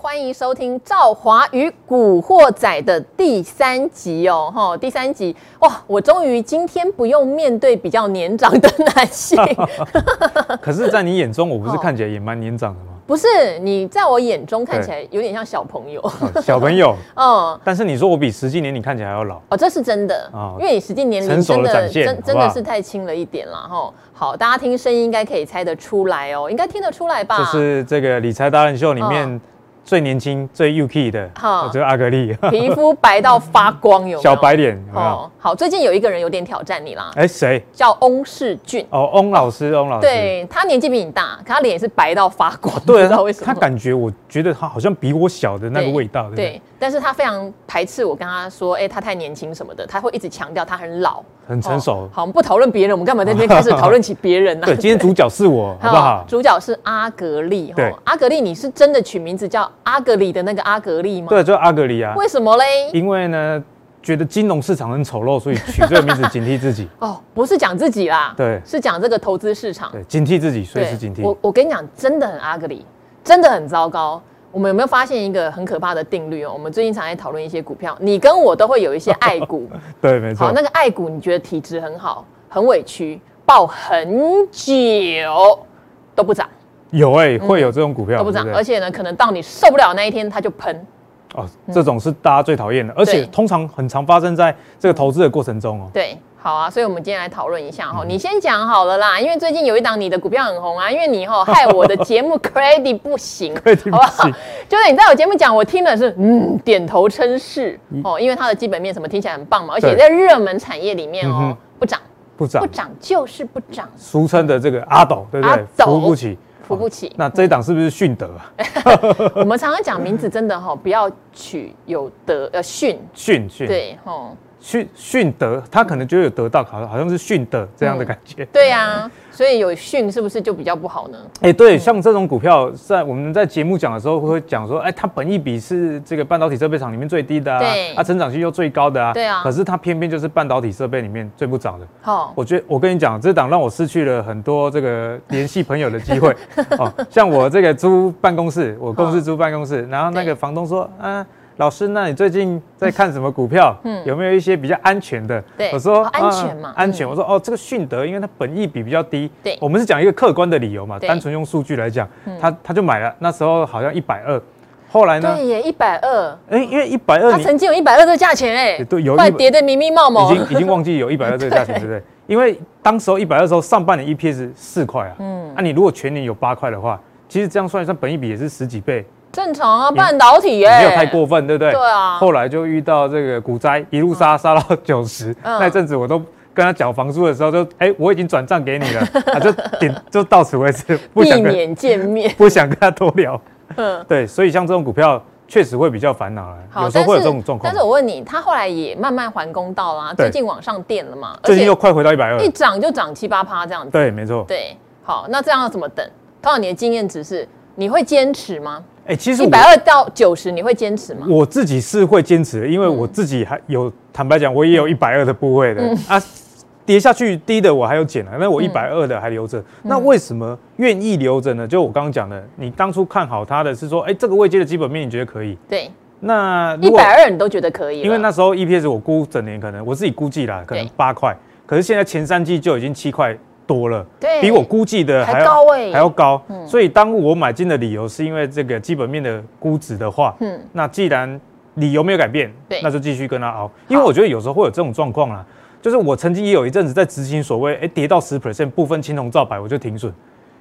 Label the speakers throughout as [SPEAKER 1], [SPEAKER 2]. [SPEAKER 1] 欢迎收听《赵华与古惑仔》的第三集哦，哈，第三集哇，我终于今天不用面对比较年长的男 性，
[SPEAKER 2] 可是，在你眼中，我不是
[SPEAKER 1] 哦
[SPEAKER 2] 看起来也蛮年长的吗？
[SPEAKER 1] 不是你在我眼中看起来有点像小朋友，
[SPEAKER 2] 哦小 朋友，
[SPEAKER 1] 嗯。
[SPEAKER 2] 但是你说我比实际年龄看起来还要老，
[SPEAKER 1] 哦，这是真的，
[SPEAKER 2] 哦
[SPEAKER 1] 因为你实际年龄
[SPEAKER 2] 成熟
[SPEAKER 1] 真
[SPEAKER 2] 的
[SPEAKER 1] 的
[SPEAKER 2] 展现
[SPEAKER 1] 真真
[SPEAKER 2] 好
[SPEAKER 1] 的
[SPEAKER 2] 不好
[SPEAKER 1] 是太轻了一点啦，哈。好，大家听声音应该可以猜得出来哦，应该听得出来吧？
[SPEAKER 2] 这是这个理财达人秀里面
[SPEAKER 1] 啊
[SPEAKER 2] 最年轻、最 UK 的，哦
[SPEAKER 1] 好
[SPEAKER 2] 就是阿格丽，
[SPEAKER 1] 皮肤白到发光，有啊没有？
[SPEAKER 2] 小白脸，有没有？
[SPEAKER 1] 哦，好，最近有一个人有点挑战你啦，
[SPEAKER 2] 哎，谁？
[SPEAKER 1] 叫翁世俊。
[SPEAKER 2] 哦，翁老师，翁老师，
[SPEAKER 1] 对他年纪比你大，可他脸也是白到发光，
[SPEAKER 2] 对啊
[SPEAKER 1] 不知道为什么。
[SPEAKER 2] 他感觉我觉得他好像比我小的那个
[SPEAKER 1] 对
[SPEAKER 2] 味道，对不对？
[SPEAKER 1] 对，但是他非常排斥我跟他说，哎、他太年轻什么的，他会一直强调他很老，
[SPEAKER 2] 很成熟
[SPEAKER 1] 哦好，我们不讨论别人，我们干嘛在这边开始讨论起别人呢、
[SPEAKER 2] 对，今天主角是我，好不好？
[SPEAKER 1] 主角是阿格丽，
[SPEAKER 2] 对
[SPEAKER 1] 哦，阿格丽，你是真的取名字叫阿格里的那个阿格丽吗？，
[SPEAKER 2] 对，就是阿格丽啊，
[SPEAKER 1] 为什么嘞？
[SPEAKER 2] 因为呢，觉得金融市场很丑陋，所以取这个名字警惕自己，
[SPEAKER 1] 哦，不是讲自己啦，
[SPEAKER 2] 对
[SPEAKER 1] 是讲这个投资市场。
[SPEAKER 2] 对，警惕自己，随时警惕
[SPEAKER 1] 我。我跟你讲，真的很 ugly，真的很糟糕。我们有没有发现一个很可怕的定律哦？我们最近常在讨论一些股票，你跟我都会有一些爱股。
[SPEAKER 2] 对， 没错
[SPEAKER 1] 好，。那个爱股，你觉得体质很好，很委屈，抱很久都不涨，
[SPEAKER 2] 有哎、会有这种股票，
[SPEAKER 1] 嗯都不涨，
[SPEAKER 2] 对
[SPEAKER 1] 而
[SPEAKER 2] 对
[SPEAKER 1] 且呢，可能到你受不了那一天，它就喷。
[SPEAKER 2] 哦，这种是大家最讨厌的，而
[SPEAKER 1] 嗯
[SPEAKER 2] 且
[SPEAKER 1] 对
[SPEAKER 2] 通常很常发生在这个投资的过程中哦。
[SPEAKER 1] 对，好啊，所以我们今天来讨论一下哈、你先讲好了啦，因为最近有一档你的股票很红啊，因为你哈、害我的节目 credit 不行啊
[SPEAKER 2] Credit
[SPEAKER 1] 好不
[SPEAKER 2] 不
[SPEAKER 1] 好
[SPEAKER 2] 行？
[SPEAKER 1] 就是你在我节目讲，我听了是嗯点头称是哦，因为它的基本面什么听起来很棒嘛，而且
[SPEAKER 2] 嗯对
[SPEAKER 1] 在热门产业里面
[SPEAKER 2] 嗯
[SPEAKER 1] 哦
[SPEAKER 2] 哼
[SPEAKER 1] 不涨，
[SPEAKER 2] 不涨
[SPEAKER 1] 不，涨就是不涨，
[SPEAKER 2] 俗称的这个阿斗，对不
[SPEAKER 1] 阿
[SPEAKER 2] 对？
[SPEAKER 1] 斗嗯
[SPEAKER 2] 扶不起，
[SPEAKER 1] 扶不起
[SPEAKER 2] 哦那这一档是不是迅德啊？
[SPEAKER 1] 我们常常讲名字真的哈、不要取有德呃训，
[SPEAKER 2] 迅迅
[SPEAKER 1] 对哦吼，
[SPEAKER 2] 迅迅德，他可能就有得到，好像好像是迅德这样的感觉。
[SPEAKER 1] 对呀、所以有训是不是就比较不好呢？
[SPEAKER 2] 哎，
[SPEAKER 1] 嗯
[SPEAKER 2] 对，像这种股票，在我们在节目讲的时候会讲说，哎，它本益比是这个半导体设备厂里面最低的啊
[SPEAKER 1] 对，
[SPEAKER 2] 啊，成长性又最高的啊，
[SPEAKER 1] 对啊
[SPEAKER 2] 可是它偏偏就是半导体设备里面最不涨的。
[SPEAKER 1] 好、
[SPEAKER 2] 我觉得我跟你讲，这档让我失去了很多这个联系朋友的机 会哦。像我这个租办公室，我公司租办公室，然后那
[SPEAKER 1] 啊对
[SPEAKER 2] 个房东说，啊，老师，那你最近在看什么股票？有没有一些比较安全的？
[SPEAKER 1] 嗯对
[SPEAKER 2] 我说
[SPEAKER 1] 哦安全嘛
[SPEAKER 2] 啊安全。
[SPEAKER 1] 嗯
[SPEAKER 2] 我说哦，这个迅德，因为它本益比比较低。
[SPEAKER 1] 对
[SPEAKER 2] 我们是讲一个客观的理由嘛，
[SPEAKER 1] 对嗯
[SPEAKER 2] 单纯用数据来讲，他他就买了，那时候好像一百二，后来呢
[SPEAKER 1] 对，耶，一百二。
[SPEAKER 2] 哎，因为一百二
[SPEAKER 1] 它
[SPEAKER 2] 你
[SPEAKER 1] 曾经有一百二的价钱哎、欸，
[SPEAKER 2] 也对有
[SPEAKER 1] 后来
[SPEAKER 2] 100
[SPEAKER 1] 跌得迷迷冒冒
[SPEAKER 2] 已，经已经忘记有一百二这个价钱，对不 对？因为当时候一百二时候上半年 EPS 四块啊，嗯，那、你如果全年有八块的话，其实这样算一算，本益比也是十几倍，
[SPEAKER 1] 正常啊，半导体耶、
[SPEAKER 2] 也没有太过分，对不对？
[SPEAKER 1] 对啊
[SPEAKER 2] 后来就遇到这个股灾，一路杀杀到九十、
[SPEAKER 1] 嗯
[SPEAKER 2] 那一阵子我都跟他缴房租的时候就，哎，我已经转账给你 了，啊，就点就到此为止，不
[SPEAKER 1] 避
[SPEAKER 2] 想跟。
[SPEAKER 1] 免见面
[SPEAKER 2] 不想跟他多聊。
[SPEAKER 1] 嗯，
[SPEAKER 2] 对，所以像这种股票确实会比较烦恼了，有时候会有这种状
[SPEAKER 1] 但
[SPEAKER 2] 况
[SPEAKER 1] 是。我问你，它后来也慢慢还公道啦，
[SPEAKER 2] 对
[SPEAKER 1] 最近往上垫了嘛，
[SPEAKER 2] 最近又快回到一百二
[SPEAKER 1] 而且，一涨就涨七八趴这样子。
[SPEAKER 2] 对，没错。
[SPEAKER 1] 对，好，那这样要怎么等？通常你的经验值是，你会坚持吗？
[SPEAKER 2] 哎，其实
[SPEAKER 1] 一
[SPEAKER 2] 我
[SPEAKER 1] 百二到九十，你会坚持吗？
[SPEAKER 2] 我自己是会坚持的，因为我自己还有，坦白讲，我也有一百二的部位的、啊，跌下去低的我还有减啊了，那我一百二的还留着、那为什么愿意留着呢？就我刚刚讲的，你当初看好它的是说，哎、这个位阶的基本面你觉得可以？
[SPEAKER 1] 对，
[SPEAKER 2] 那
[SPEAKER 1] 一
[SPEAKER 2] 如果
[SPEAKER 1] 百二你都觉得可以了，
[SPEAKER 2] 因为那时候 EPS 我估整年可能我自己估计啦，可能
[SPEAKER 1] 对
[SPEAKER 2] 八块，可是现在前三季就已经七块多了，
[SPEAKER 1] 对
[SPEAKER 2] 比我估计的
[SPEAKER 1] 还
[SPEAKER 2] 还要
[SPEAKER 1] 高欸
[SPEAKER 2] 还要高。所以当我买进的理由是因为这个基本面的估值的话，
[SPEAKER 1] 嗯
[SPEAKER 2] 嗯，那既然理由没有改变
[SPEAKER 1] 对，
[SPEAKER 2] 那就继续跟他熬，因为我觉得有时候会有这种状况啦。就是我曾经也有一阵子在执行所谓，哎，跌到十 percent 部分青红皂白我就停损，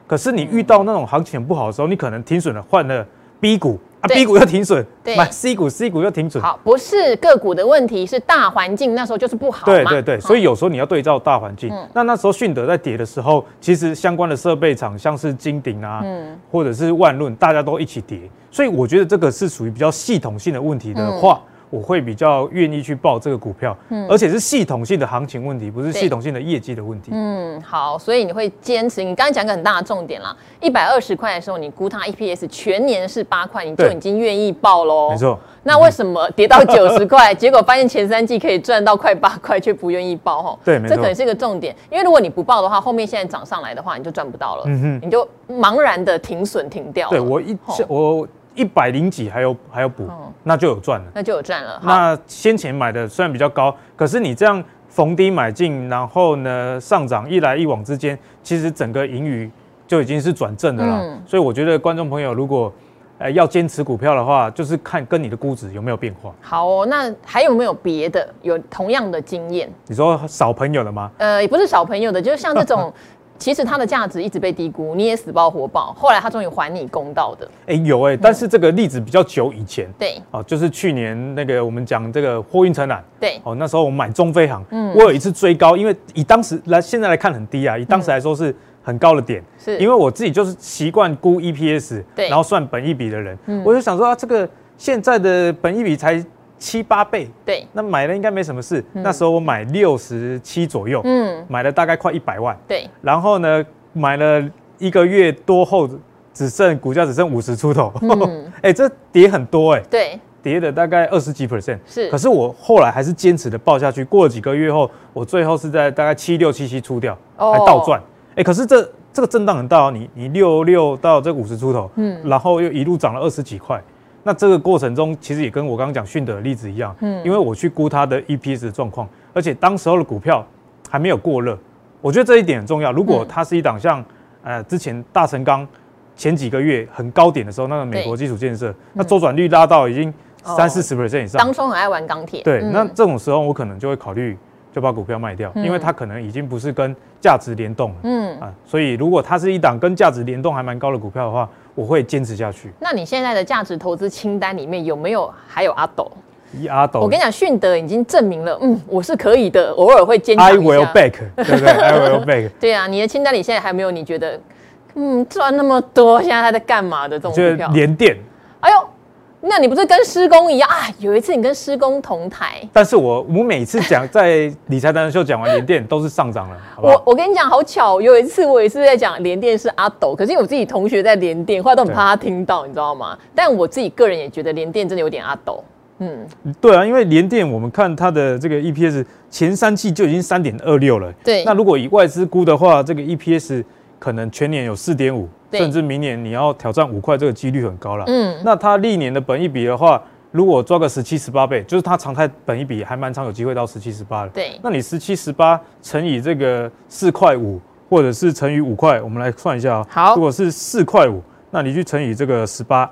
[SPEAKER 2] 可是你遇到那种行情不好的时候，你可能停损了，换了 B 股啊
[SPEAKER 1] 对
[SPEAKER 2] ，B 股又停损，
[SPEAKER 1] 对
[SPEAKER 2] 买 C 股，C 股又停损，
[SPEAKER 1] 好，不是个股的问题，是大环境那时候就是不好嘛。嗯
[SPEAKER 2] 对对对，所
[SPEAKER 1] 以
[SPEAKER 2] 以有时候你要对照大环境。那那时候迅德在跌的时候，其实相关的设备厂，像是金鼎啊，
[SPEAKER 1] 嗯
[SPEAKER 2] 或者是万润，大家都一起跌。所以我觉得这个是属于比较系统性的问题的话，
[SPEAKER 1] 嗯
[SPEAKER 2] 我会比较愿意去报这个股票，而且是系统性的行情问题，不是
[SPEAKER 1] 对
[SPEAKER 2] 系统性的业绩的问题。
[SPEAKER 1] 嗯，好，所以你会坚持。你刚才讲个很大的重点啦，一百二十块的时候，你估它 EPS 全年是八块，你就
[SPEAKER 2] 对
[SPEAKER 1] 已经愿意报喽。
[SPEAKER 2] 没。错，
[SPEAKER 1] 那为什么跌到九十块， 结果发现前三季可以赚到快八块，却不愿意报？吼，
[SPEAKER 2] 对没错
[SPEAKER 1] 这可能是一个重点。因为如果你不报的话，后面现在涨上来的话，你就赚不到了，
[SPEAKER 2] 嗯哼
[SPEAKER 1] 你就茫然的停损停掉了。
[SPEAKER 2] 对我一
[SPEAKER 1] 吼
[SPEAKER 2] 我。一百零几还有还有补，
[SPEAKER 1] 嗯
[SPEAKER 2] 那就有赚了。
[SPEAKER 1] 那就有赚了。好，
[SPEAKER 2] 那先前买的虽然比较高，可是你这样逢低买进，然后呢上涨一来一往之间，其实整个盈余就已经是转正的啦。
[SPEAKER 1] 嗯
[SPEAKER 2] 所以我觉得观众朋友如果呃要坚持股票的话，就是看跟你的估值有没有变化。
[SPEAKER 1] 好哦，那还有没有别的有同样的经验？
[SPEAKER 2] 你说少朋友了吗？
[SPEAKER 1] 呃，也不是小朋友的，就是像这 种，其实它的价值一直被低估，你也死抱活抱，后来它终于还你公道的。
[SPEAKER 2] 哎、有哎、但是这个例子比较久以前。
[SPEAKER 1] 对
[SPEAKER 2] 哦，就是去年那个我们讲这个货运承揽，
[SPEAKER 1] 对，
[SPEAKER 2] 哦，那时候我买中飞航，
[SPEAKER 1] 嗯
[SPEAKER 2] 我有一次追高，因为以当时来现在来看很低啊，以当时来说是很高的点，
[SPEAKER 1] 嗯是
[SPEAKER 2] 因为我自己就是习惯估 EPS，
[SPEAKER 1] 对嗯
[SPEAKER 2] 然后算本益比的人，我就想说啊，这个现在的本益比才七八倍，
[SPEAKER 1] 对，
[SPEAKER 2] 那买了应该没什么事。那时候我买六十七左右，
[SPEAKER 1] 嗯
[SPEAKER 2] 买了大概快一百万，
[SPEAKER 1] 对，
[SPEAKER 2] 然后呢，买了一个月多后，只剩股价只剩五十出头， 哎、
[SPEAKER 1] 嗯
[SPEAKER 2] 这跌很多哎、
[SPEAKER 1] 对
[SPEAKER 2] 跌了大概二十几 percent，
[SPEAKER 1] 是
[SPEAKER 2] 可是啊我后来还是坚持的报下去，过了几个月后，我最后是在大概七六七七出掉，
[SPEAKER 1] 哦
[SPEAKER 2] 还倒赚。哎、可是这这个震荡很大哦，你你六六到这五十出头，
[SPEAKER 1] 嗯
[SPEAKER 2] 嗯，然后又一路涨了二十几块。那这个过程中，其实也跟我刚刚讲迅德的例子一样，
[SPEAKER 1] 嗯
[SPEAKER 2] 嗯，因为我去估它的 EPS 的状况，而且当时候的股票还没有过热，我觉得这一点很重要。如果
[SPEAKER 1] 嗯
[SPEAKER 2] 它是一档像呃之前大成钢前几个月很高点的时候，那个美国基础建设，那周转率拉到已经
[SPEAKER 1] 嗯哦
[SPEAKER 2] 三四十 percent 以上，
[SPEAKER 1] 当初很爱玩钢铁。
[SPEAKER 2] 对，
[SPEAKER 1] 嗯
[SPEAKER 2] 那这种时候我可能就会考虑就把股票卖掉，
[SPEAKER 1] 嗯
[SPEAKER 2] 因为它可能已经不是跟价值联动了、
[SPEAKER 1] 嗯，
[SPEAKER 2] 啊。所以如果它是一档跟价值联动还蛮高的股票的话，我会坚持下去。
[SPEAKER 1] 那你现在的价值投资清单里面有没有还有阿斗？
[SPEAKER 2] 一阿斗，
[SPEAKER 1] 我跟你讲，迅德已经证明了，嗯，我是可以的，偶尔会坚强
[SPEAKER 2] 哦 I
[SPEAKER 1] 一下。
[SPEAKER 2] will back，对 不对？I will back。
[SPEAKER 1] 对啊，你的清单里现在还没有你觉得，嗯，赚那么多，现在他在干嘛的这种
[SPEAKER 2] 就
[SPEAKER 1] 股
[SPEAKER 2] 是
[SPEAKER 1] 票？
[SPEAKER 2] 连电，
[SPEAKER 1] 哎呦，那你不是跟施工一样啊？有一次你跟施工同台，
[SPEAKER 2] 但是我我每次讲在理财达人秀讲完连电都是上涨了，好不
[SPEAKER 1] 我
[SPEAKER 2] 好？
[SPEAKER 1] 我跟你讲，好巧，有一次我也是在讲联电是阿斗，可是因为我自己同学在联电，后来都很怕他听到，你知道吗？但我自己个人也觉得联电真的有点阿斗，嗯，
[SPEAKER 2] 对啊，因为联电我们看它的这个 EPS 前三季就已经三点二六了，
[SPEAKER 1] 对
[SPEAKER 2] 那如果以外资估的话，这个 EPS 可能全年有四点五，
[SPEAKER 1] 对
[SPEAKER 2] 甚至明年你要挑战五块，这个几率很高了。
[SPEAKER 1] 嗯，
[SPEAKER 2] 那它历年的本益比的话，如果抓个十七、十八倍，就是它常态本益比还蛮常有机会到十七、十八的。
[SPEAKER 1] 对，
[SPEAKER 2] 那你十七、十八乘以这个四块五，或者是乘以五块，我们来算一下啊、
[SPEAKER 1] 好
[SPEAKER 2] 如果是四块五，那你去乘以这个十八，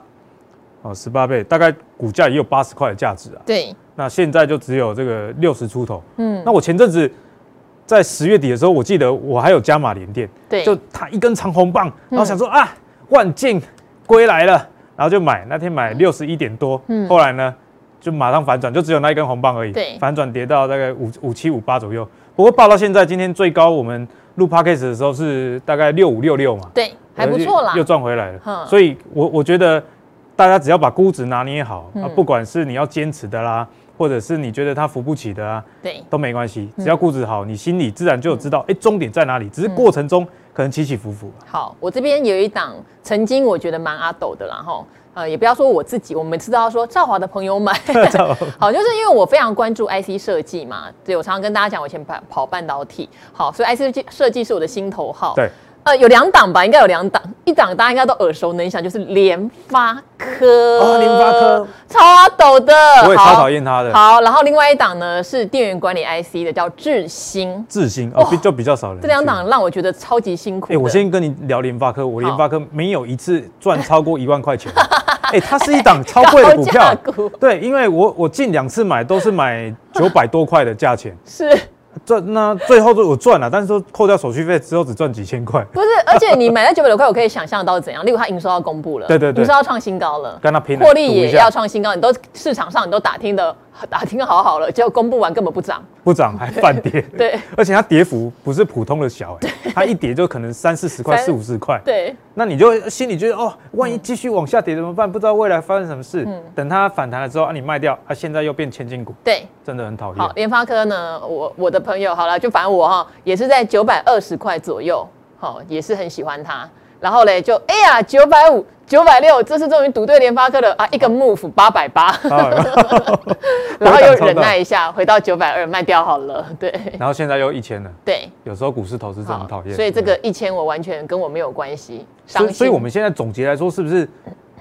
[SPEAKER 2] 哦，十八倍，大概股价也有八十块的价值啊。
[SPEAKER 1] 对，
[SPEAKER 2] 那现在就只有这个六十出头。
[SPEAKER 1] 嗯，
[SPEAKER 2] 那我前阵子在十月底的时候，我记得我还有加码连电，
[SPEAKER 1] 对，嗯
[SPEAKER 2] 就它一根长红棒，然后想说、啊，万境归来了，然后就买，那天买六十一点多，
[SPEAKER 1] 嗯
[SPEAKER 2] 后来呢就马上反转，就只有那一根红棒而已，
[SPEAKER 1] 对
[SPEAKER 2] 反转跌到大概五五七五八左右。不过报到现在，今天最高我们录 podcast 的时候是大概六五六六嘛，
[SPEAKER 1] 对，还不错啦
[SPEAKER 2] 又又，赚回来
[SPEAKER 1] 哼
[SPEAKER 2] 了。所以我，我觉得大家只要把估值拿捏好、啊
[SPEAKER 1] 嗯，
[SPEAKER 2] 不管是你要坚持的啦，或者是你觉得它扶不起的啊，
[SPEAKER 1] 对，
[SPEAKER 2] 都没关
[SPEAKER 1] 嗯
[SPEAKER 2] 系，只要估值好，你心里自然就有知道，哎、终点在哪里。只是过程中可能起起伏伏。
[SPEAKER 1] 好，我这边有一档曾经我觉得蛮阿斗的啦，哈，呃，也不要说我自己，我们知道说赵华的朋 友们，好，就是因为我非常关注 IC 设计嘛，对我常常跟大家讲，我以前跑跑半导体，好，所以 IC 设计设计是我的心头好。
[SPEAKER 2] 对，
[SPEAKER 1] 呃，有两档吧，应该有两档，一档大家应该都耳熟能详，就是联发科。
[SPEAKER 2] 哦联发科
[SPEAKER 1] 超阿斗的，
[SPEAKER 2] 我也超
[SPEAKER 1] 好
[SPEAKER 2] 讨厌它的
[SPEAKER 1] 好，然后另外一档呢是电源管理 IC 的，叫智新。
[SPEAKER 2] 智新哦，
[SPEAKER 1] 哇
[SPEAKER 2] 比就比较少人。
[SPEAKER 1] 这两档。让我觉得超级辛苦
[SPEAKER 2] 哎、
[SPEAKER 1] 的。
[SPEAKER 2] 我先跟你聊联发科，我联发科没有一次赚超过一万块钱。 哎、它是一档超贵的股
[SPEAKER 1] 高价
[SPEAKER 2] 票。
[SPEAKER 1] 股
[SPEAKER 2] 对，因为我我近两次买都是买九百多块的价钱，
[SPEAKER 1] 是
[SPEAKER 2] 赚那最后我赚了，但是说扣掉手续费之后只赚几 千块，
[SPEAKER 1] 不是？而且你买了九百多块，我可以想象到怎样。例如它营收要公布了，
[SPEAKER 2] 对对对
[SPEAKER 1] 营收要创新高了，
[SPEAKER 2] 跟他拼了
[SPEAKER 1] 获利
[SPEAKER 2] 赌
[SPEAKER 1] 也
[SPEAKER 2] 一下
[SPEAKER 1] 要创新高，你都市场上你都打听的打听好好了，结果公布完根本不涨。
[SPEAKER 2] 不涨还反跌。
[SPEAKER 1] 对
[SPEAKER 2] 而且它跌幅不是普通的小、 哎，它一跌就可能三四十块、
[SPEAKER 1] 三
[SPEAKER 2] 四五十块。
[SPEAKER 1] 对，
[SPEAKER 2] 那你就会心里觉得哦，万一继续往下跌怎么办？不知道未来发生什么事。
[SPEAKER 1] 嗯
[SPEAKER 2] 等它反弹了之后，啊，你卖掉，啊，现在又变千金股，
[SPEAKER 1] 对，
[SPEAKER 2] 真的很讨
[SPEAKER 1] 好，
[SPEAKER 2] 厌。
[SPEAKER 1] 联发科呢，我我的朋友好了，就反正我哈也是在九百二十块左右，好、也是很喜欢它。然后嘞，就哎呀，九百五、九百六，这次终于赌对联发科了啊！一个 move 八百 八，
[SPEAKER 2] 啊
[SPEAKER 1] 然后又忍耐，一下，回到九百二卖掉好了。对
[SPEAKER 2] 然后现在又一千了。
[SPEAKER 1] 对，
[SPEAKER 2] 有时候股市投资真的很讨厌。
[SPEAKER 1] 所以这个一千我完全跟我没有关系，
[SPEAKER 2] 所
[SPEAKER 1] 伤
[SPEAKER 2] 以，
[SPEAKER 1] 心。
[SPEAKER 2] 所以我们现在总结来说，是不是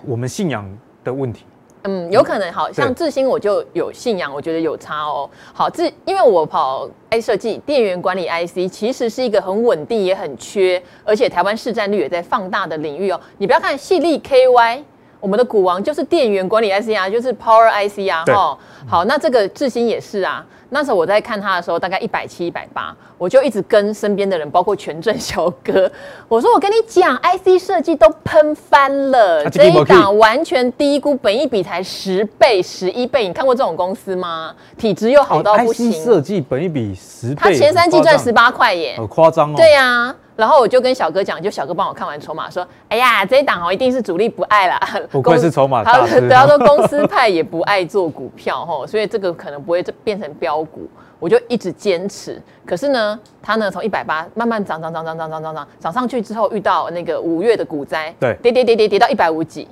[SPEAKER 2] 我们信仰的问题。
[SPEAKER 1] 嗯，有可能好像
[SPEAKER 2] 对
[SPEAKER 1] 智新我就有信仰，我觉得有差哦。好，智因为我跑 A 设计、电源管理 IC，其实是一个很稳定也很缺，而且台湾市占率也在放大的领域哦。你不要看细粒 KY，我们的股王就是电源管理 IC 啊，就是 Power IC 啊，
[SPEAKER 2] 对
[SPEAKER 1] 哈。好，那这个智新也是啊。那时候我在看他的时候，大概一百七、一百八，我就一直跟身边的人，包括全正小哥， 我说我跟你讲，IC 设计都喷翻了，
[SPEAKER 2] 啊这
[SPEAKER 1] 呃这
[SPEAKER 2] 个
[SPEAKER 1] 一
[SPEAKER 2] 没去
[SPEAKER 1] 档完全低估，本一比才十倍、十一倍，你看过这种公司吗？体质又好到不
[SPEAKER 2] IC 哎设
[SPEAKER 1] 行，
[SPEAKER 2] 计本一比十倍，
[SPEAKER 1] 它前三季赚
[SPEAKER 2] 很夸张
[SPEAKER 1] 十，八块耶，
[SPEAKER 2] 好夸张哦。
[SPEAKER 1] 对呀、啊然后我就跟小哥讲，就小哥帮我看完筹码，说：“哎呀，这一档哦，一定是主力不爱 啦。
[SPEAKER 2] 不愧是筹码
[SPEAKER 1] 公
[SPEAKER 2] 大师
[SPEAKER 1] 对，啊他说公司派也不爱做股票吼，所以这个可能不会变成标股。我就一直坚持，可是呢，它呢从一百八慢慢涨涨涨涨涨涨涨涨涨上去之后，遇到那个五月的股灾，
[SPEAKER 2] 对
[SPEAKER 1] 跌跌跌跌跌到一百五几，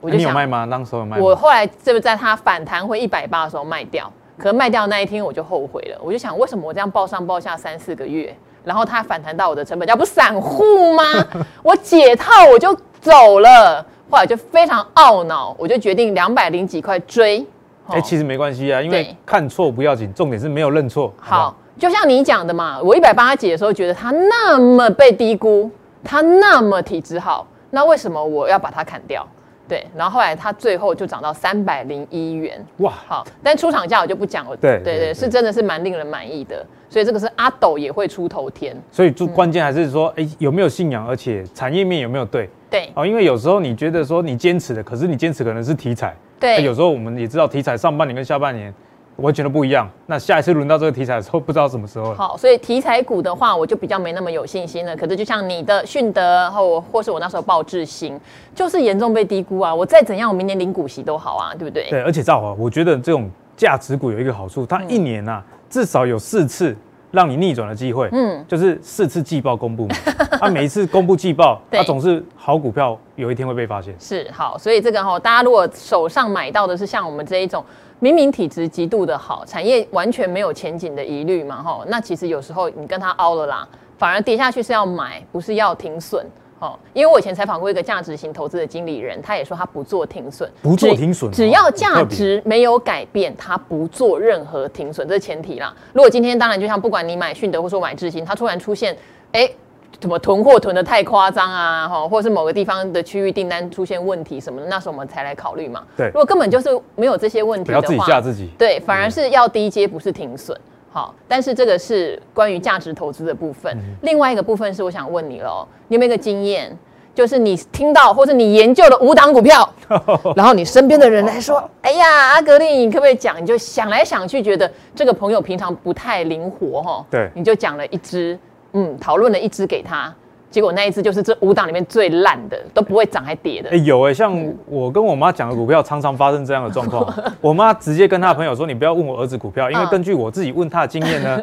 [SPEAKER 1] 我
[SPEAKER 2] 啊
[SPEAKER 1] 就
[SPEAKER 2] 你有
[SPEAKER 1] 想，
[SPEAKER 2] 卖吗？当时有卖吗。
[SPEAKER 1] 我后来是不是在它反弹回一百八的时候卖掉？可能卖掉那一天我就后悔了，我就想为什么我这样报上报下三四个月，然后它反弹到我的成本价，不散户吗？ 我解套我就走了，后来就非常懊恼，我就决定两百零几块追。
[SPEAKER 2] 哎、
[SPEAKER 1] 哦
[SPEAKER 2] 其实没关系啊，因为
[SPEAKER 1] 对
[SPEAKER 2] 看错不要紧，重点是没有认错。
[SPEAKER 1] 好，就像你讲的嘛，我一百八几的时候觉得他那么被低估，他那么体质好，那为什么我要把它砍掉？对，然后后来它最后就涨到三百零一元，
[SPEAKER 2] 不好，哇，
[SPEAKER 1] 好，但出厂价我就不讲了。
[SPEAKER 2] 对
[SPEAKER 1] 对
[SPEAKER 2] 对
[SPEAKER 1] 对，
[SPEAKER 2] 对
[SPEAKER 1] 是真的是蛮令人满意的，所以这个是阿斗也会出头天。
[SPEAKER 2] 所以就关键还是说，哎、有没有信仰，而且产业面有没有对
[SPEAKER 1] 嗯对
[SPEAKER 2] 哦？因为有时候你觉得说你坚持的，可是你坚持可能是题材。哎有
[SPEAKER 1] 对
[SPEAKER 2] 时候我们也知道题材上半年跟下半年完全都不一样。那下一次轮到这个题材的时候，不知道什么时候了。
[SPEAKER 1] 好，所以题材股的话，我就比较没那么有信心了。可是就像你的迅德或或是我那时候报智新，就是严重被低估啊。我再怎样，我明年领股息都好啊，对不对？
[SPEAKER 2] 对，而且兆华，我觉得这种价值股有一个好处，
[SPEAKER 1] 嗯
[SPEAKER 2] 它一年啊至少有四次让你逆转的机会，
[SPEAKER 1] 嗯
[SPEAKER 2] 嗯，就是四次季报公布 嘛，它每一次公布季报，
[SPEAKER 1] 对
[SPEAKER 2] 它总是好股票有一天会被发现。
[SPEAKER 1] 是好，所以这个哈、大家如果手上买到的是像我们这一种明明体质极度的好，产业完全没有前景的疑虑嘛哈、那其实有时候你跟它凹了啦，反而跌下去是要买，不是要停损。哦，因为我以前采访过一个价值型投资的经理人，他也说他不做停损，
[SPEAKER 2] 不做
[SPEAKER 1] 只
[SPEAKER 2] 停损哦
[SPEAKER 1] 只要
[SPEAKER 2] 很特
[SPEAKER 1] 价
[SPEAKER 2] 别
[SPEAKER 1] 值没有改变，他不做任何停损，这是前提啦。如果今天当然就像不管你买迅德或说买智新，它突然出现，哎、怎么囤货囤的太夸张啊，哈，或者是某个地方的区域订单出现问题什么的，那时候我们才来考虑嘛。
[SPEAKER 2] 对
[SPEAKER 1] 如果根本就是没有这些问题的
[SPEAKER 2] 不要
[SPEAKER 1] 话，
[SPEAKER 2] 自己吓自己。
[SPEAKER 1] 对，反而是要低阶，不是停损。好，但是这个是关于价值投资的部分。
[SPEAKER 2] 嗯
[SPEAKER 1] 另外一个部分是我想问你喽，你有没有一个经验，就是你听到或者你研究了五档股 票，然后你身边的人来说，哎呀，阿格力，你可不可以讲？你就想来想去，觉得这个朋友平常不太灵活哈，
[SPEAKER 2] 对
[SPEAKER 1] 你就讲了一支，嗯，讨论了一支给他，结果那一支就是这五档里面最烂的，都不会涨还跌的
[SPEAKER 2] 哎、。有哎、像
[SPEAKER 1] 嗯
[SPEAKER 2] 我跟我妈讲的股票，常常发生这样的 状况。我妈直接跟她的朋友说：“你不要问我儿子股票，因为
[SPEAKER 1] 嗯
[SPEAKER 2] 根据我自己问她的经验 呢，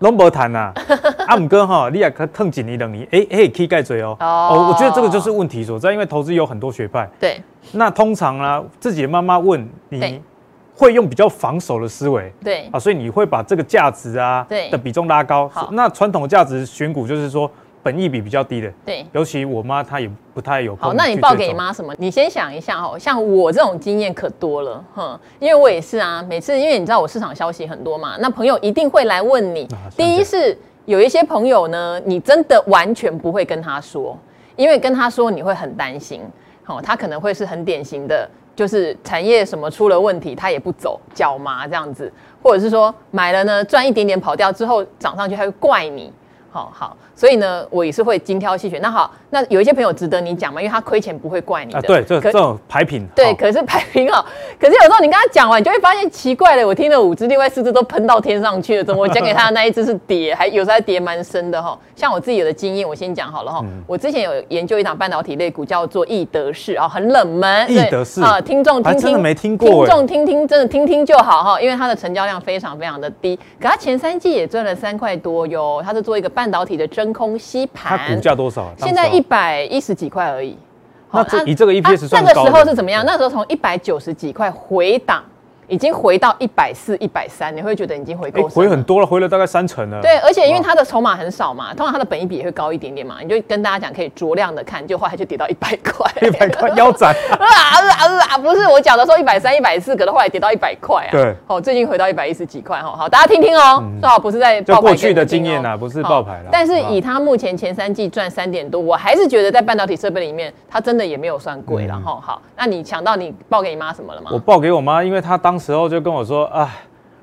[SPEAKER 2] 拢无谈啊呐。阿姆哥哈，你也可坑紧你等你，哎哎，以盖嘴哦。
[SPEAKER 1] 哦
[SPEAKER 2] 哦，我觉得这个就是问题所在，因为投资有很多学派。
[SPEAKER 1] 对，
[SPEAKER 2] 那通常呢、自己的妈妈问
[SPEAKER 1] 对
[SPEAKER 2] 你，会用比较防守的思维
[SPEAKER 1] 对，
[SPEAKER 2] 啊，所以你会把这个价值啊
[SPEAKER 1] 对
[SPEAKER 2] 的比重拉高
[SPEAKER 1] 好。
[SPEAKER 2] 那传统的价值选股就是说，本益比比较低的，
[SPEAKER 1] 对。
[SPEAKER 2] 尤其我妈她也不太有空
[SPEAKER 1] 好，那你
[SPEAKER 2] 去
[SPEAKER 1] 报
[SPEAKER 2] 这
[SPEAKER 1] 给你
[SPEAKER 2] 种
[SPEAKER 1] 妈什么？你先想一下哦。像我这种经验可多了，哼，因为我也是啊，每次因为你知道我市场消息很多嘛，那朋友一定会来问你。
[SPEAKER 2] 啊
[SPEAKER 1] 第一
[SPEAKER 2] 想起来
[SPEAKER 1] 是有一些朋友呢，你真的完全不会跟他说，因为跟他说你会很担心，哦，他可能会是很典型的。就是产业什么出了问题，他也不走，脚麻这样子，或者是说买了呢赚一点点跑掉之后涨上去，他会怪你，好好，所以呢，我也是会精挑细选。那好，那有一些朋友值得你讲嘛，因为他亏钱不会怪你的。
[SPEAKER 2] 啊，对，这
[SPEAKER 1] 可
[SPEAKER 2] 这种排品，
[SPEAKER 1] 对，
[SPEAKER 2] 好
[SPEAKER 1] 可是排名好， 可是有时候你跟他讲完，你就会发现奇怪了。我听了五只，另外四只都喷到天上去了，怎 么我讲给他的那一只是跌，还有时候还跌蛮深的哈。像我自己有的经验，我先讲好了哈。
[SPEAKER 2] 嗯
[SPEAKER 1] 我之前有研究一档半导体类股，叫做易德士啊，很冷门。
[SPEAKER 2] 易德士
[SPEAKER 1] 对啊，听众听
[SPEAKER 2] 还
[SPEAKER 1] 听，
[SPEAKER 2] 真的没听过
[SPEAKER 1] 听
[SPEAKER 2] 欸
[SPEAKER 1] 众听听，真的听听就好哈，因为它的成交量非常非常的低，可它前三季也赚了三块多哟。它是做一个半导体的真空吸
[SPEAKER 2] 它
[SPEAKER 1] 盘，
[SPEAKER 2] 股价多少啊？
[SPEAKER 1] 现在
[SPEAKER 2] 当时
[SPEAKER 1] 一
[SPEAKER 2] 候
[SPEAKER 1] 百一十几块而已。啊
[SPEAKER 2] 那这以这个 EPS 算
[SPEAKER 1] 那个
[SPEAKER 2] 高
[SPEAKER 1] 时
[SPEAKER 2] 的
[SPEAKER 1] 候是怎么样？那时候从一百九十几块回档已经回到一百四、一百三，你会觉得已经回
[SPEAKER 2] 哎，
[SPEAKER 1] 够深
[SPEAKER 2] 回
[SPEAKER 1] 了
[SPEAKER 2] 很多了，回了大概三成了。
[SPEAKER 1] 对，而且因为
[SPEAKER 2] 哇
[SPEAKER 1] 它的筹码很少嘛，通常它的本益比也会高一点点嘛，你就跟大家讲可以酌量的看，就后来就跌到一百块，
[SPEAKER 2] 一百块腰斩，
[SPEAKER 1] 啊啊啊！不是我讲的时候一百三、一百四，可能后来跌到一百块啊。
[SPEAKER 2] 对，嗯
[SPEAKER 1] 哦，最近回到一百一十几块哈。好，大家听听哦，最好不是在
[SPEAKER 2] 就
[SPEAKER 1] 爆牌
[SPEAKER 2] 过
[SPEAKER 1] 给你
[SPEAKER 2] 去
[SPEAKER 1] 们
[SPEAKER 2] 的
[SPEAKER 1] 听
[SPEAKER 2] 经验
[SPEAKER 1] 哦
[SPEAKER 2] 啊，不是
[SPEAKER 1] 好
[SPEAKER 2] 爆牌啦。
[SPEAKER 1] 但是
[SPEAKER 2] 好吧
[SPEAKER 1] 以它目前前三季赚三点多，我还是觉得在半导体设备里面，它真的也没有算贵了
[SPEAKER 2] 嗯
[SPEAKER 1] 哈。好，那你抢到你报给你妈什么了吗
[SPEAKER 2] 我？报给我妈，因为她当时候就跟我说：“哎，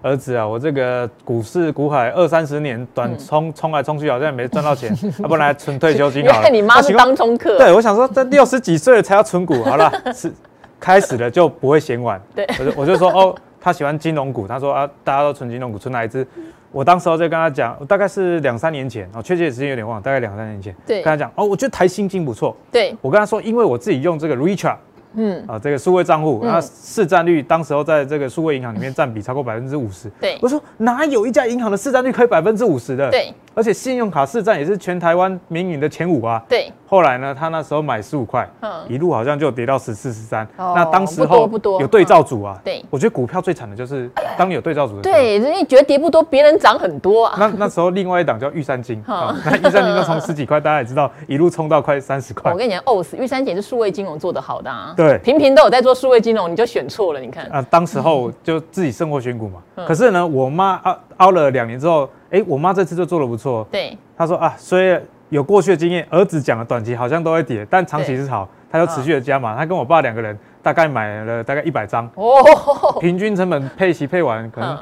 [SPEAKER 2] 儿子啊，我这个股市股海二三十年，
[SPEAKER 1] 嗯
[SPEAKER 2] 短冲冲来冲去，好像也没赚到 钱，要、不然来存退休金
[SPEAKER 1] 原
[SPEAKER 2] 好了。”
[SPEAKER 1] 来你妈是
[SPEAKER 2] 啊
[SPEAKER 1] 当冲客，
[SPEAKER 2] 对，我想说，这六十几岁了才要存股，好了，是开始了就不会嫌晚。
[SPEAKER 1] 对
[SPEAKER 2] 我就我就说哦，他喜欢金融股，他说啊，大家都存金融股，存哪一 只？我当时候就跟他讲，大概是两三年前，哦，确切时间有点忘了，大概两三年前，
[SPEAKER 1] 对
[SPEAKER 2] 跟他讲哦，我觉得台新金不错，
[SPEAKER 1] 对，
[SPEAKER 2] 我跟他说，因为我自己用这个 Richard。
[SPEAKER 1] 嗯，
[SPEAKER 2] 啊，这个数位账户，
[SPEAKER 1] 嗯
[SPEAKER 2] 那市占率当时候在这个数位银行里面占比超过百分之五十。
[SPEAKER 1] 对
[SPEAKER 2] 我说哪有一家银行的市占率可以百分之五十的？，
[SPEAKER 1] 对
[SPEAKER 2] 而且信用卡市占也是全台湾民营的前五啊。
[SPEAKER 1] 对，
[SPEAKER 2] 后来呢，他那时候买十五块，
[SPEAKER 1] 嗯
[SPEAKER 2] 一路好像就跌到十四、十三。
[SPEAKER 1] 哦
[SPEAKER 2] 那当时
[SPEAKER 1] 不多
[SPEAKER 2] 候
[SPEAKER 1] 不多嗯
[SPEAKER 2] 有对照组啊，
[SPEAKER 1] 对哎
[SPEAKER 2] 我觉得股票最惨的就是当你有对照组的时候。
[SPEAKER 1] 对，人家觉得跌不多，别人涨很多啊。
[SPEAKER 2] 那那时候另外一档叫玉山金，
[SPEAKER 1] 嗯
[SPEAKER 2] 啊那玉山金就从十几块，大家也知道，一路冲到快三十块
[SPEAKER 1] 我。跟你讲哦，死玉山姐是数位金融做得好的啊，
[SPEAKER 2] 对
[SPEAKER 1] 平平都有在做数位金融，你就选错了，你看，
[SPEAKER 2] 啊，当时候就自己生活选股嘛。
[SPEAKER 1] 嗯
[SPEAKER 2] 可是呢，我妈熬熬了两年之后，哎，我妈这次就做的不错。
[SPEAKER 1] 对，
[SPEAKER 2] 她说啊，虽然有过去的经验，儿子讲的短期好像都会跌，但长期
[SPEAKER 1] 对嗯
[SPEAKER 2] 是好，她就持续的加码。她跟我爸两个人大概买了大概一百张，
[SPEAKER 1] 哦，
[SPEAKER 2] 平均成本配息配完可能
[SPEAKER 1] 嗯，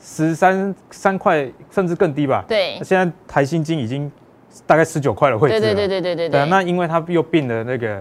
[SPEAKER 2] 十三三块甚至更低吧。
[SPEAKER 1] 对，
[SPEAKER 2] 现在台新金已经大概十九块的位置
[SPEAKER 1] 对
[SPEAKER 2] 了。
[SPEAKER 1] 对对对对对
[SPEAKER 2] 对啊
[SPEAKER 1] 对，
[SPEAKER 2] 那因为他又并了那个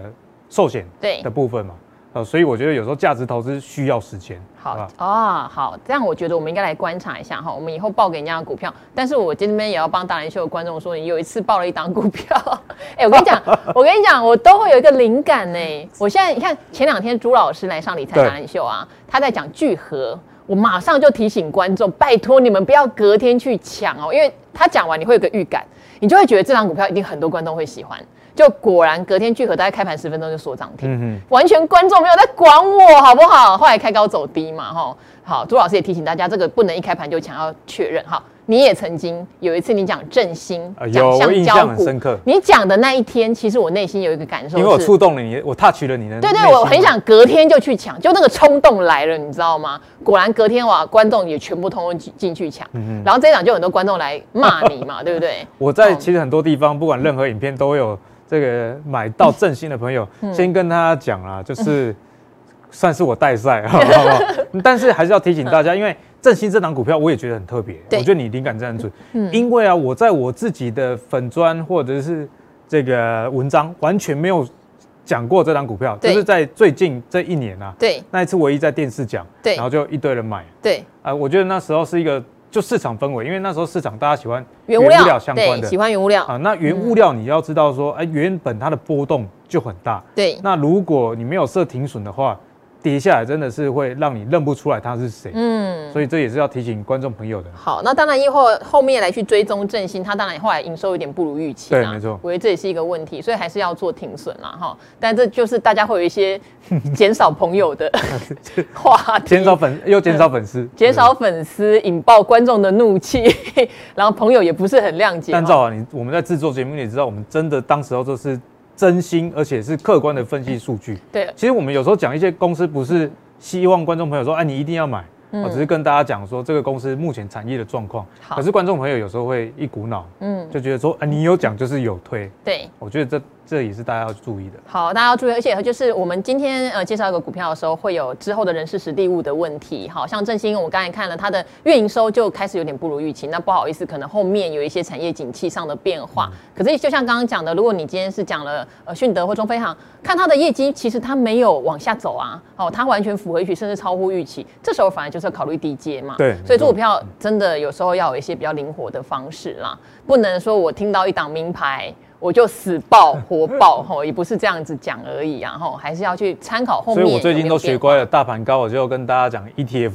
[SPEAKER 2] 寿险
[SPEAKER 1] 对
[SPEAKER 2] 的部分嘛，呃，所以我觉得有时候价值投资需要时间。
[SPEAKER 1] 好
[SPEAKER 2] 吧
[SPEAKER 1] 啊、好，这样我觉得我们应该来观察一下哈，我们以后报给人家的股票，但是我今天也要帮达人秀的观众说，你有一次报了一档股票， 哎、我跟你 讲，我跟你讲，我都会有一个灵感呢、我现在你看前两天朱老师来上理财
[SPEAKER 2] 对
[SPEAKER 1] 达人秀啊，他在讲聚合。我马上就提醒观众，拜托你们不要隔天去抢哦，因为他讲完你会有个预感，你就会觉得这档股票一定很多观众会喜欢。就果然隔天聚合大概开盘十分钟就锁涨停，
[SPEAKER 2] 嗯哼。
[SPEAKER 1] 完全观众没有在管我，好不好？后来开高走低嘛，哈。好，朱老师也提醒大家，这个不能一开盘就抢，要确认哈。你也曾经有一次你讲振兴
[SPEAKER 2] 啊，
[SPEAKER 1] 讲
[SPEAKER 2] 有我印象很深刻
[SPEAKER 1] 你讲的那一天，其实我内心有一个感受
[SPEAKER 2] 因
[SPEAKER 1] 是，
[SPEAKER 2] 为我触动了你，我 touch 了你的内心
[SPEAKER 1] 对
[SPEAKER 2] 嘛。
[SPEAKER 1] 对，我很想隔天就去抢，就那个冲动来了，你知道吗？果然隔天哇，观众也全部通通进进去抢，
[SPEAKER 2] 嗯
[SPEAKER 1] 然后这一场就很多观众来骂你 嘛，对不对？
[SPEAKER 2] 我在
[SPEAKER 1] 哦
[SPEAKER 2] 其实很多地方，不管任何影片都会有这个买到振兴的朋友，
[SPEAKER 1] 嗯
[SPEAKER 2] 先跟他讲啦，就是算是我带赛， 好不好？ 但是还是要提醒大家，因为振兴这档股票我也觉得很特别，我
[SPEAKER 1] 嗯对嗯
[SPEAKER 2] 觉得你灵感真的很准，因为啊，我在我自己的粉砖或者是这个文章完全没有讲过这档股票，就
[SPEAKER 1] 对
[SPEAKER 2] 是在最近这一年啊，
[SPEAKER 1] 对
[SPEAKER 2] 那一次唯一在电视讲，
[SPEAKER 1] 对
[SPEAKER 2] 然后就一堆人买。
[SPEAKER 1] 对，
[SPEAKER 2] 啊，我觉得那时候是一个就市场氛围，因为那时候市场大家喜欢
[SPEAKER 1] 原物料
[SPEAKER 2] 相关
[SPEAKER 1] 对，
[SPEAKER 2] 的
[SPEAKER 1] 喜欢嗯原物料，
[SPEAKER 2] 啊。那原物料你要知道说，哎、原本它的波动就很大。
[SPEAKER 1] 对
[SPEAKER 2] 那如果你没有设停损的话，跌下来真的是会让你认不出来它是谁。
[SPEAKER 1] 嗯。
[SPEAKER 2] 所以这也是要提醒观众朋友的。
[SPEAKER 1] 好，那当然以后后面来去追踪振兴，它当然后来营收有点不如预期啦，啊
[SPEAKER 2] 对没错
[SPEAKER 1] 我觉得这也是一个问题，所以还是要做停损啦哈。但这就是大家会有一 些减少朋友的话题，
[SPEAKER 2] 减少粉又减少粉丝，
[SPEAKER 1] 嗯 减少粉丝，引爆观众的怒气， 然后朋友也不是很谅解。
[SPEAKER 2] 但
[SPEAKER 1] 哈
[SPEAKER 2] 照啊，你我们在制作节目，你知道我们真的当时候就是真心，而且是客观的分析数据。
[SPEAKER 1] 对
[SPEAKER 2] 其实我们有时候讲一些公司，不是希望观众朋友说，哎，你一定要买，我只是跟大家讲说这个公司目前产业的状况。
[SPEAKER 1] 嗯好
[SPEAKER 2] 可是观众朋友有时候会一股脑，
[SPEAKER 1] 嗯
[SPEAKER 2] 嗯，就觉得说，啊，你有讲就是有推，
[SPEAKER 1] 对。
[SPEAKER 2] 我觉得这这也是大家要注意的。
[SPEAKER 1] 好，大家要注意，而且就是我们今天呃介绍一个股票的时候，会有之后的人事实地物的问题。好像振兴，我刚才看了它的月营收就开始有点不如预期，那不好意思，可能后面有一些产业景气上的变化。可是就像刚刚讲的，如果你今天是讲了呃迅德或中飞航，看它的业绩，其实它没有往下走啊，哦，它完全符合预期，甚至超乎预期，这时候反而就是要考虑低阶嘛。
[SPEAKER 2] 对
[SPEAKER 1] 所以做股
[SPEAKER 2] 没错
[SPEAKER 1] 票。票真的有时候要有一些比较灵活的方式啦，不能说我听到一档名牌，我就死爆活爆吼，也不是这样子讲而已啊吼，还是要去参考后
[SPEAKER 2] 所
[SPEAKER 1] 面有
[SPEAKER 2] 以
[SPEAKER 1] 没
[SPEAKER 2] 我
[SPEAKER 1] 有变化。
[SPEAKER 2] 最近都学乖了，大盘高我就跟大家讲 ETF，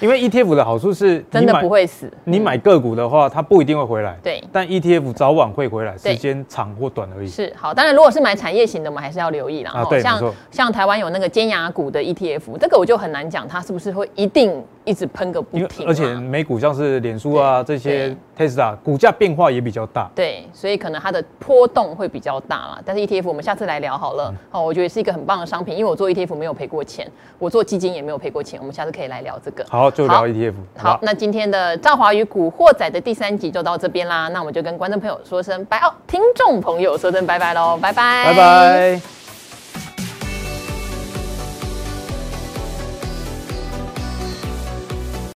[SPEAKER 2] 因为 ETF 的好处是
[SPEAKER 1] 真
[SPEAKER 2] 你
[SPEAKER 1] 的
[SPEAKER 2] 买
[SPEAKER 1] 不会死。
[SPEAKER 2] 你买个股的话，它不一定会回来。
[SPEAKER 1] 对
[SPEAKER 2] 但 ETF 早晚会回来，
[SPEAKER 1] 对
[SPEAKER 2] 时间长或短而已。
[SPEAKER 1] 是好，当然如果是买产业型的，我们还是要留意啦。
[SPEAKER 2] 啊
[SPEAKER 1] 吼
[SPEAKER 2] 对没
[SPEAKER 1] 像
[SPEAKER 2] 错
[SPEAKER 1] 像台湾有那个尖牙股的 ETF，这个我就很难讲它是不是会一定一直喷个不
[SPEAKER 2] 因为
[SPEAKER 1] 停啊。
[SPEAKER 2] 而且美股像是脸书啊这些 Tesla 股价变化也比较大。
[SPEAKER 1] 对，所以可能它的波动会比较大啦。但是 ETF 我们下次来聊好了。哦，我觉得是一个很棒的商品，因为我做 ETF 没有赔过钱，我做基金也没有赔过钱。我们下次可以来聊这个。
[SPEAKER 2] 好，就聊
[SPEAKER 1] 好
[SPEAKER 2] E ETF。
[SPEAKER 1] 好，
[SPEAKER 2] 吧，
[SPEAKER 1] 那今天的赵华与古惑仔的第三集就到这边啦。那我们就跟观众朋友说声拜哦，听众朋友说声拜拜喽，拜拜，
[SPEAKER 2] 拜拜。